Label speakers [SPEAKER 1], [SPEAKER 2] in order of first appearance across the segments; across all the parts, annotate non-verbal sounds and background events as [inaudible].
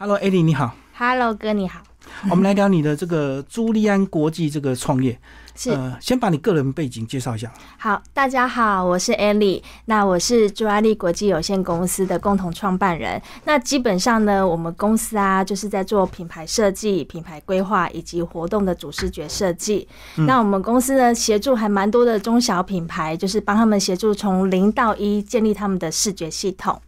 [SPEAKER 1] Hello，艾莉，你
[SPEAKER 2] [laughs]
[SPEAKER 1] 好，
[SPEAKER 2] Hello 哥你好，
[SPEAKER 1] 我们来聊你的这个朱利安国际这个创业。
[SPEAKER 2] 是、
[SPEAKER 1] 呃，先把你个人背景介绍一下。
[SPEAKER 2] 好，大家好，我是 Ellie，那我是朱安利国际有限公司的共同创办人。那基本上呢，我们公司啊，就是在做品牌设计、品牌规划以及活动的主视觉设计。那我们公司呢，协助还蛮多的中小品牌，就是帮他们协助从零到一建立他们的视觉系统。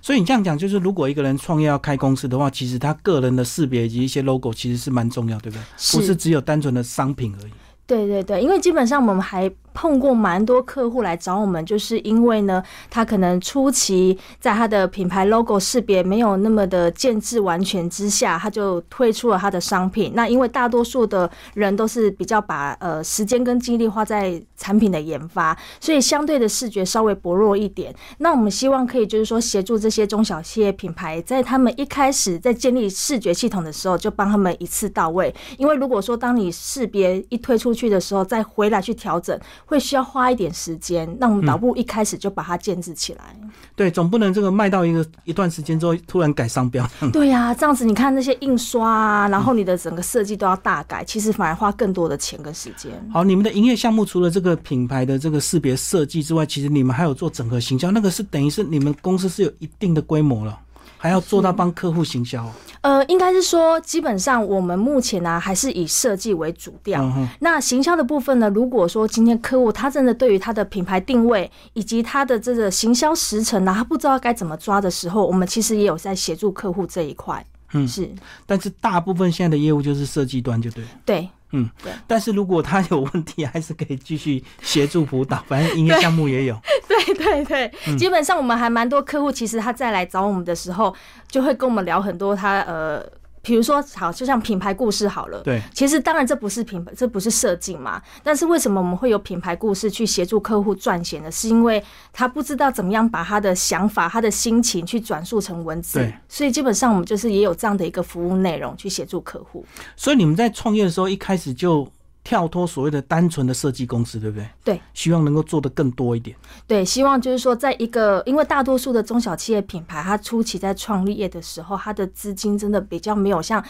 [SPEAKER 1] 所以你这样讲，就是如果一个人创业要开公司的话，其实他个人的识别以及一些 logo 其实是蛮重要，对不对？
[SPEAKER 2] 是
[SPEAKER 1] 不是只有单纯的商品而已。
[SPEAKER 2] 对对对，因为基本上我们还碰过蛮多客户来找我们，就是因为呢，他可能初期在他的品牌 logo 识别没有那么的建制完全之下，他就推出了他的商品。那因为大多数的人都是比较把呃时间跟精力花在产品的研发，所以相对的视觉稍微薄弱一点。那我们希望可以就是说协助这些中小企业品牌，在他们一开始在建立视觉系统的时候，就帮他们一次到位。因为如果说当你识别一推出去的时候，再回来去调整，会需要花一点时间。那我们导部一开始就把它建制起来。
[SPEAKER 1] 对，总不能这个卖到一个一段时间之后突然改商标。
[SPEAKER 2] 对呀、这样子你看那些印刷啊，然后你的整个设计都要大改，其实反而花更多的钱跟时间。
[SPEAKER 1] 好，你们的营业项目除了这个品牌的这个识别设计之外，其实你们还有做整合行销，那个是等于是你们公司是有一定的规模了，还要做到帮客户行销哦。
[SPEAKER 2] 呃，应该是说，基本上我们目前呢、啊还是以设计为主调。
[SPEAKER 1] 嗯哼
[SPEAKER 2] 那行销的部分呢，如果说今天客户他真的对于他的品牌定位以及他的这个行销时程啊呢、他不知道该怎么抓的时候，我们其实也有在协助客户这一块。
[SPEAKER 1] 嗯
[SPEAKER 2] 是
[SPEAKER 1] 但是大部分现在的业务就是设计端，就对了。
[SPEAKER 2] 对， [laughs]
[SPEAKER 1] 嗯
[SPEAKER 2] 对，
[SPEAKER 1] 但是如果他有问题，还是可以继续协助辅导，反正营业项目也有。
[SPEAKER 2] 对对对，基本上我们还蛮多客户，其实他再来找我们的时候，就会跟我们聊很多他呃，比如说好，就像品牌故事好了。
[SPEAKER 1] 对，
[SPEAKER 2] 其实当然这不是品牌，这不是设计嘛。但是为什么我们会有品牌故事去协助客户赚钱呢？是因为他不知道怎么样把他的想法、他的心情去转述成文字
[SPEAKER 1] 对，
[SPEAKER 2] 所以基本上我们就是也有这样的一个服务内容去协助客户。
[SPEAKER 1] 所以你们在创业的时候，一开始就跳脱所谓的单纯的设计公司，对不对？
[SPEAKER 2] 对，
[SPEAKER 1] 希望能够做得更多一点。
[SPEAKER 2] 对，希望就是说，在一个因为大多数的中小企业品牌，它初期在创立业的时候，它的资金真的比较没有像。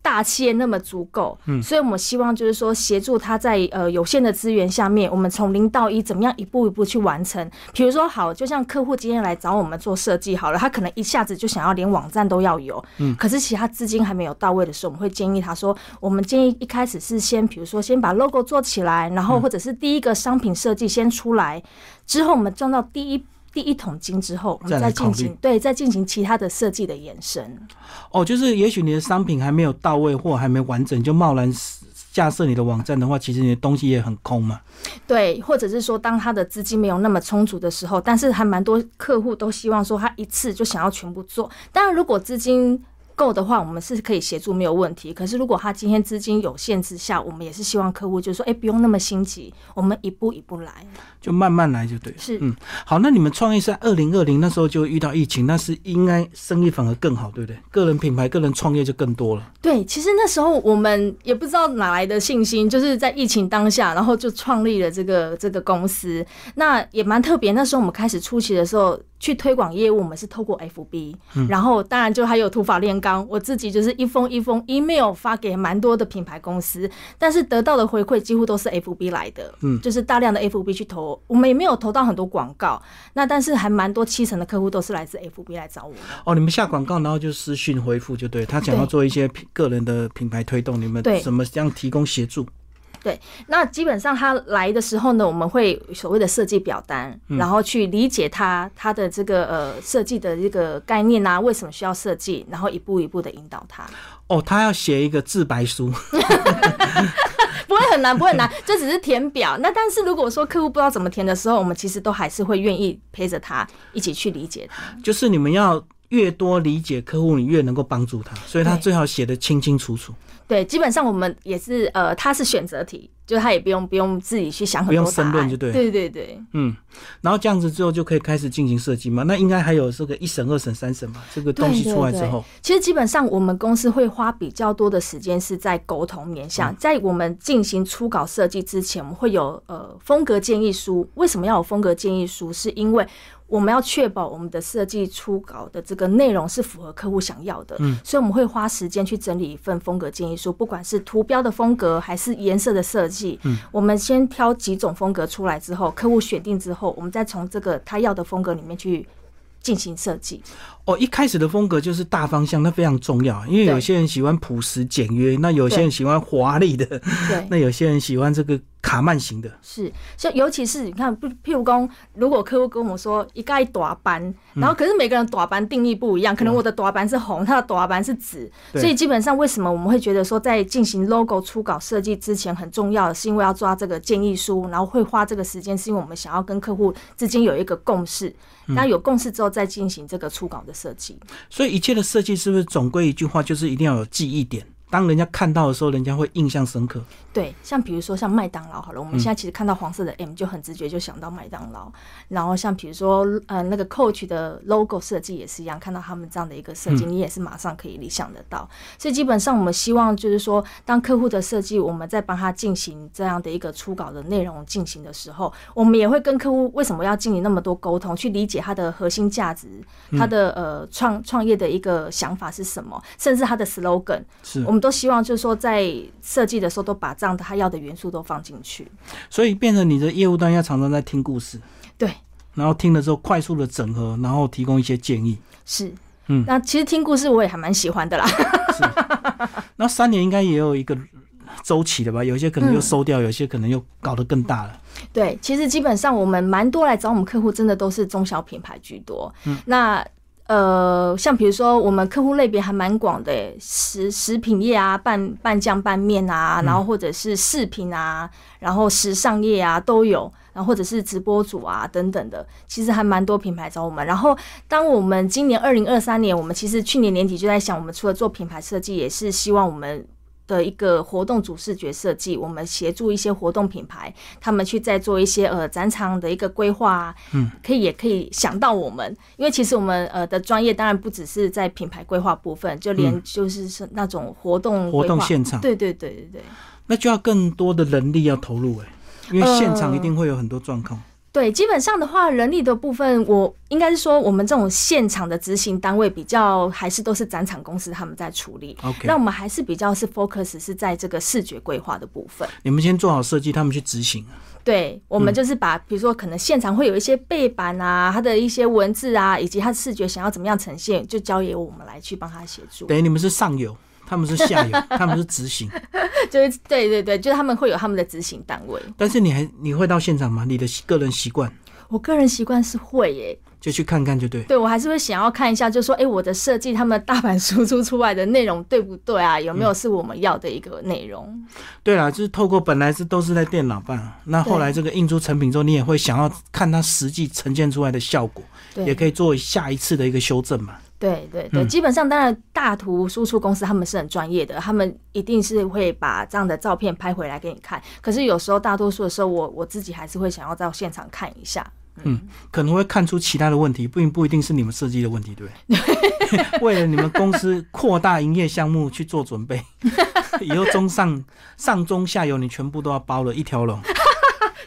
[SPEAKER 2] 大企业那么足够，嗯，所以我们希望就是说协助它在呃有限的资源下面，我们从零到一怎么样一步一步去完成。比如说，好，就像客户今天来找我们做设计好了，他可能一下子就想要连网站都要有，嗯，可是其他资金还没有到位的时候，我们会建议他说，我们建议一开始是先，比如说先把 logo 做起来，然
[SPEAKER 1] 嗯
[SPEAKER 2] 后或者是第一个商品设计先出来，之后我们赚到第一第一桶金之后，我
[SPEAKER 1] 再
[SPEAKER 2] 们
[SPEAKER 1] 来
[SPEAKER 2] 再
[SPEAKER 1] 考
[SPEAKER 2] 进
[SPEAKER 1] 虑
[SPEAKER 2] 行对，再进行其他的设计的延伸。
[SPEAKER 1] 哦，就是也许你的商品还没有到位或还没完整，就贸然架设你的网站的话，其实你的东西也很空嘛。
[SPEAKER 2] 对，或者是说，当他的资金没有那么充足的时候，但是还蛮多客户都希望说他一次就想要全部做。当然，如果资金够的话，我们是可以协助没有问题。可是如果他今天资金有限之下，我们也是希望客户就是说，哎，不用那么心急，我们一步一步来。
[SPEAKER 1] 就慢慢来就对了。
[SPEAKER 2] 是，
[SPEAKER 1] 嗯好，那你们创业是在二零二零那时候就遇到疫情，那是应该生意反而更好，对不对？个人品牌、个人创业就更多了。
[SPEAKER 2] 对，其实那时候我们也不知道哪来的信心，就是在疫情当下，然后就创立了这个这个公司。那也蛮特别，那时候我们开始初期的时候去推广业务，我们是透过 FB，、然后当然就还有土法炼钢，我自己就是一封一封 email 发给蛮多的品牌公司，但是得到的回馈几乎都是 FB 来的，
[SPEAKER 1] 嗯
[SPEAKER 2] 就是大量的 FB 去投，我们也没有投到很多广告，那但是还蛮多七成的客户都是来自 FB 来找我们。
[SPEAKER 1] 哦，你们下广告，然后就私讯回复就对了。他想要
[SPEAKER 2] 对
[SPEAKER 1] 做一些品个人的品牌推动，你们
[SPEAKER 2] 对
[SPEAKER 1] 怎么样提供协助？
[SPEAKER 2] 那基本上他来的时候呢，我们会所谓的设计表单，
[SPEAKER 1] 嗯
[SPEAKER 2] 然后去理解他他的这个呃设计的这个概念啊，为什么需要设计，然后一步一步的引
[SPEAKER 1] [laughs]
[SPEAKER 2] 导他，
[SPEAKER 1] 哦，他要写一个自白书， [laughs]
[SPEAKER 2] 不会很难，不会很难，这只是填表。那但是如果说客户不知道怎么填的时候，我们其实都还是会愿意陪着他一起去理解他。
[SPEAKER 1] 就是你们要越多理解客户，你越能够帮助他，所以他
[SPEAKER 2] 对
[SPEAKER 1] 最好写的清清楚楚，
[SPEAKER 2] 对，基本上我们也是呃，他是选择题，就他也不用不用自己去想很
[SPEAKER 1] 不
[SPEAKER 2] 多
[SPEAKER 1] 用
[SPEAKER 2] 答
[SPEAKER 1] 申
[SPEAKER 2] 案，
[SPEAKER 1] 论就对了
[SPEAKER 2] 对对对。
[SPEAKER 1] 嗯，然后这样子之后就可以开始进行设计嘛。那应该还有这个一审、二审、三审吧，这个东西出来之后，
[SPEAKER 2] 其实基本上我们公司会花比较多的时间是在沟通面
[SPEAKER 1] 嗯
[SPEAKER 2] 向，在我们进行初稿设计之前，我们会有呃风格建议书。为什么要有风格建议书？是因为我们要确保我们的设计初稿的这个内容是符合客户想要的，嗯，所以我们会花时间去整理一份风格建议书，不管是图标的风格还是颜色的设计，嗯，我们先挑几种风格出来之后，客户选定之后，我们再从这个他要的风格里面去进行设计。
[SPEAKER 1] 哦，一开始的风格就是大方向，那非常重要，因为有
[SPEAKER 2] 对
[SPEAKER 1] 些人喜欢朴实简约，那有些人喜欢华丽的， [laughs]
[SPEAKER 2] 对，
[SPEAKER 1] 那有些人喜欢这个卡曼型的。
[SPEAKER 2] 是，像尤其是你看，不，譬如讲，如果客户跟我们说一概短班，然后可是每个人短班定义不一样，可能我的短班是红，他的短班是紫，
[SPEAKER 1] 对
[SPEAKER 2] 所以基本上为什么我们会觉得说，在进行 logo 初稿设计之前很重要的是因为要抓这个建议书，然后会花这个时间，是因为我们想要跟客户之间有一个共识，那有共识之后再进行这个初稿的设计。
[SPEAKER 1] 所以一切的设计是不是总归一句话，就是一定要有记忆点？当人家看到的时候，人家会印象深刻。
[SPEAKER 2] 对，像比如说像麦当劳好了，我们现在其实看到黄色的 M 就很直觉就想到麦当劳。然后像比如说呃那个 Coach 的 logo 设计也是一样，看到他们这样的一个设计，你也是马上可以联想得到。所以基本上我们希望就是说，当客户的设计，我们在帮他进行这样的一个初稿的内容进行的时候，我们也会跟客户为什么要进行那么多沟通，去理解他的核心价值，他的呃创创业的一个想法是什么，甚至他的 slogan。
[SPEAKER 1] 是
[SPEAKER 2] 我，们都希望就是说，在设计的时候都把这样他要的元素都放进去。
[SPEAKER 1] 所以变成你的业务端要常常在听故事，
[SPEAKER 2] 对，
[SPEAKER 1] 然后听了之后快速的整合，然后提供一些建议。
[SPEAKER 2] 是，
[SPEAKER 1] 嗯
[SPEAKER 2] 那其实听故事我也还蛮喜欢的啦。
[SPEAKER 1] 那三年应该也有一个周期的吧？有些可能又收掉，有些可能又搞得更大了。
[SPEAKER 2] [laughs] 对，其实基本上我们蛮多来找我们客户，真的都是中小品牌居多。嗯，那。呃，像比如说我们客户类别还蛮广的耶，食食品业啊，拌拌酱、拌面啊，然后或者是饰品啊，然后时尚业啊都有，然后或者是直播主啊等等的，其实还蛮多品牌找我们。然后，当我们今年二零二三年，我们其实去年年底就在想，我们除了做品牌设计，也是希望我们的一个活动主视觉设计，我们协助一些活动品牌，他们去再做一些呃展场的一个规划啊，嗯，可以也可以想到我们，因为其实我们呃的专业当然不只是在品牌规划部分，就连就是是那种活动
[SPEAKER 1] 嗯活动
[SPEAKER 2] 规划
[SPEAKER 1] 现场
[SPEAKER 2] 对对对对对。
[SPEAKER 1] 那就要更多的人力要投入、欸，因为
[SPEAKER 2] 呃
[SPEAKER 1] 现场一定会有很多状况。
[SPEAKER 2] 对，基本上的话，人力的部分，我应该是说，我们这种现场的执行单位比较还是都是展场公司他们在处理。
[SPEAKER 1] OK，
[SPEAKER 2] 那我们还是比较是 focus 是在这个视觉规划的部分。
[SPEAKER 1] 你们先做好设计，他们去执行。
[SPEAKER 2] 对，我们就是把，比如说可能现场会有一些背板啊，它的一些文字啊，以及它视觉想要怎么样呈现，就交给我们来去帮他协助。
[SPEAKER 1] 等于你们是上游，他们是下游，他们是执行。
[SPEAKER 2] [laughs] 就是对对对，就是他们会有他们的执行单位。
[SPEAKER 1] 但是你还你会到现场吗？你的个人习惯
[SPEAKER 2] 我个人习惯是会耶、
[SPEAKER 1] 就去看看就对。
[SPEAKER 2] 对我还是会想要看一下，就说，哎、我的设计他们大阪输出出来的内容对不对啊？有没有是我们要的一个内容？
[SPEAKER 1] 对啦，就是透过本来是都是在电脑办，那后来这个印出成品之后，你也会想要看它实际呈现出来的效果，
[SPEAKER 2] 对，
[SPEAKER 1] 也可以做下一次的一个修正嘛。
[SPEAKER 2] 对对对，基本上当然大图输出公司他们是很专业的，他们一定是会把这样的照片拍回来给你看。可是有时候大多数的时候，我我自己还是会想要到现场看一下。
[SPEAKER 1] 可能会看出其他的问题，并不一定是你们设计的问题，对不 [laughs] 对？为了你们公司扩大营业项目去做准 [laughs] 备，以后中上上中下游你全部都要包了一条龙。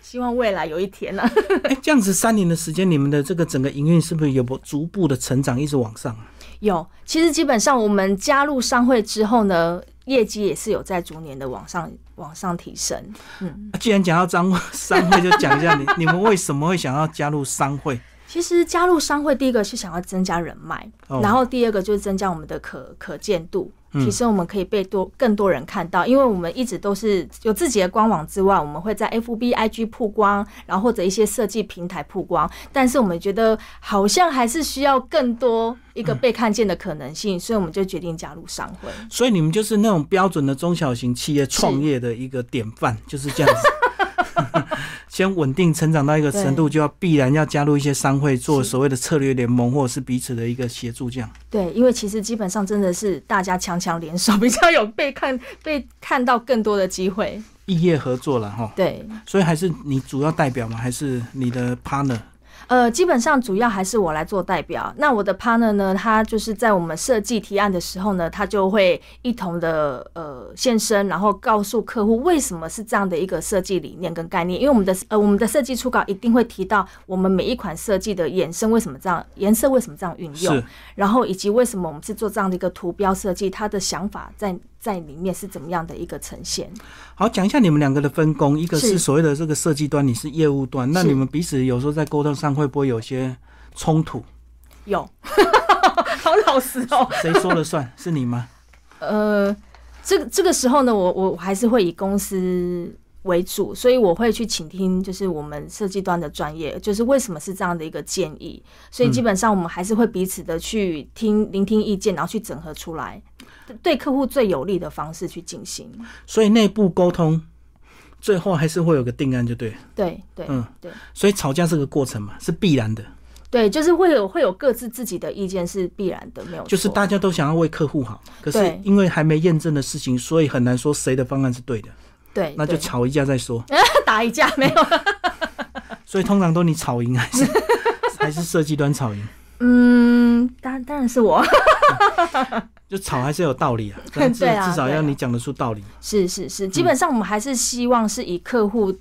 [SPEAKER 2] 希望未来有一天呢、
[SPEAKER 1] 哎、这样子三年的时间，你们的这个整个营运是不是有逐步的成长，一直往上？
[SPEAKER 2] 有，其实基本上我们加入商会之后呢，业绩也是有在逐年的往上往上提升。
[SPEAKER 1] 啊既然讲到
[SPEAKER 2] [laughs]
[SPEAKER 1] 商商会，就讲一下你你们为什么会想要加入商会？
[SPEAKER 2] 其实加入商会，第一个是想要增加人脉，
[SPEAKER 1] 哦
[SPEAKER 2] 然后第二个就是增加我们的可可见度，提升我们可以被多更多人看到。因为我们一直都是有自己的官网之外，我们会在 FB、IG 曝光，然后或者一些设计平台曝光。但是我们觉得好像还是需要更多一个被看见的可能性，所以我们就决定加入商会。
[SPEAKER 1] 所以你们就是那种标准的中小型企业创业的一个典范，就是这样子。 [laughs] 先稳定成长到一个程度，就要必然要加入一些商会，做所谓的策略联盟，或者是彼此的一个协助，这样。
[SPEAKER 2] 对，因为其实基本上真的是大家强强联手，比 [laughs] 较有被看被看到更多的机会。
[SPEAKER 1] 异业合作了哈，
[SPEAKER 2] 对。
[SPEAKER 1] 所以还是你主要代表吗？还是你的 partner？
[SPEAKER 2] 呃，基本上主要还是我来做代表。那我的 partner 呢，他就是在我们设计提案的时候呢，他就会一同的呃现身，然后告诉客户为什么是这样的一个设计理念跟概念。因为我们的呃我们的设计初稿一定会提到我们每一款设计的衍生为什么这样，颜色为什么这样运用
[SPEAKER 1] 是，
[SPEAKER 2] 然后以及为什么我们是做这样的一个图标设计，他的想法在在里面是怎么样的一个呈现。
[SPEAKER 1] 好，讲一下你们两个的分工，一个
[SPEAKER 2] 是
[SPEAKER 1] 是所谓的这个设计端，你是业务端，那
[SPEAKER 2] 是
[SPEAKER 1] 你们彼此有时候在沟通上会不会有些冲突？
[SPEAKER 2] 有， [laughs] 好老实哦。
[SPEAKER 1] 谁说了算？是你吗？
[SPEAKER 2] 呃，这个这个时候呢，我我我还是会以公司为主，所以我会去倾听，就是我们设计端的专业，就是为什么是这样的一个建议。所以基本上我们还是会彼此的去听、聆听意见，然后去整合出来，
[SPEAKER 1] 嗯
[SPEAKER 2] 对对客户最有利的方式去进行。
[SPEAKER 1] 所以内部沟通最后还是会有个定案，就对了。
[SPEAKER 2] 对对
[SPEAKER 1] 嗯，
[SPEAKER 2] 对
[SPEAKER 1] 所以吵架是个过程嘛，是必然的，
[SPEAKER 2] 对，就是会有会有各自自己的意见是必然的，没有
[SPEAKER 1] 就是
[SPEAKER 2] 错
[SPEAKER 1] 大家都想要为客户好，可是
[SPEAKER 2] 对
[SPEAKER 1] 因为还没验证的事情，所以很难说谁的方案是对的，
[SPEAKER 2] 对，
[SPEAKER 1] 那就
[SPEAKER 2] 对
[SPEAKER 1] 吵一架再说。
[SPEAKER 2] [laughs] 打一架没有。
[SPEAKER 1] 所以通常都你吵赢还
[SPEAKER 2] [laughs]
[SPEAKER 1] 是还是设计端吵赢，
[SPEAKER 2] 嗯，当当然是我，
[SPEAKER 1] 就吵还是有道
[SPEAKER 2] [laughs]
[SPEAKER 1] 理啊，这样至
[SPEAKER 2] 对啊
[SPEAKER 1] 至少
[SPEAKER 2] 对
[SPEAKER 1] 要
[SPEAKER 2] 啊
[SPEAKER 1] 你讲得出道理。
[SPEAKER 2] 是是是，
[SPEAKER 1] 嗯
[SPEAKER 2] 基本上我们还是希望是以客户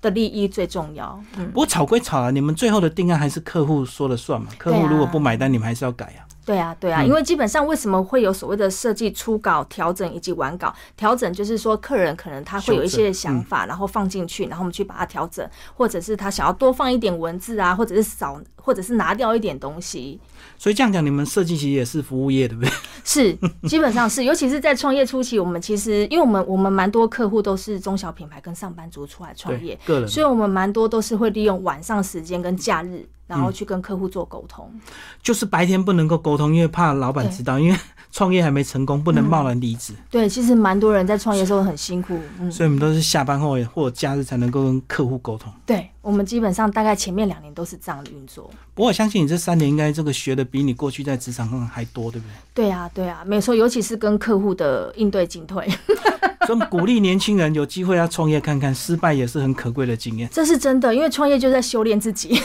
[SPEAKER 2] 的利益最重要。嗯
[SPEAKER 1] 不，过吵归吵啊，你们最后的定案还是客户说了算嘛。客户
[SPEAKER 2] 啊
[SPEAKER 1] 如果不买单，你们还是要改啊。
[SPEAKER 2] 对啊对啊，因为基本上为什么会有所谓的设计初稿、调整以及完稿？调整就是说客人可能他会有一
[SPEAKER 1] 修
[SPEAKER 2] 些
[SPEAKER 1] 正嗯
[SPEAKER 2] 想法，然后放进去，然后我们去把它调整，或者是他想要多放一点文字啊，或者是少，或者是拿掉一点东西。
[SPEAKER 1] 所以这样讲，你们设计其实也是服务业，对不对？
[SPEAKER 2] 是，基本上是，尤其是在创业初期，我们其实因为我们我们蛮多客户都是中小品牌跟上班族出来创业
[SPEAKER 1] 对，，个人
[SPEAKER 2] 所以我们蛮多都是会利用晚上时间跟假日，然后去跟客户做沟通。
[SPEAKER 1] 嗯就是白天不能够沟通，因为怕老板知道，因为创业还没成功，不能贸然离职，
[SPEAKER 2] 对，其实蛮多人在创业的时候很辛苦，嗯，
[SPEAKER 1] 所以我们都是下班后或者假日才能够跟客户沟通。
[SPEAKER 2] 对我们基本上大概前面两年都是这样的运作。
[SPEAKER 1] 不过我相信你这三年应该这个学的比你过去在职场上还多，对不
[SPEAKER 2] [laughs]
[SPEAKER 1] 对？
[SPEAKER 2] 对啊，对啊，没错，尤其是跟客户的应对进退， [laughs]
[SPEAKER 1] 所以我们鼓励年轻人有机会要创业看看，失败也是很可贵的经验， [laughs]
[SPEAKER 2] 这是真的，因为创业就在修炼自己。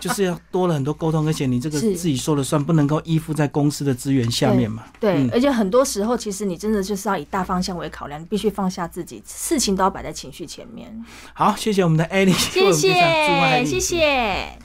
[SPEAKER 1] 就是要多了很多沟通，而且你这个
[SPEAKER 2] 是
[SPEAKER 1] 自己说了算，不能够依附在公司的资源下面嘛。嗯
[SPEAKER 2] [laughs] 对，而且很多时候其实你真的就是要以大方向为考量，你必须放下自己，事情都要摆在情绪前面。
[SPEAKER 1] [laughs] 好，谢谢我们的艾莉，为
[SPEAKER 2] 谢
[SPEAKER 1] 我们介绍
[SPEAKER 2] 谢，
[SPEAKER 1] 朱爱丽
[SPEAKER 2] 谢谢。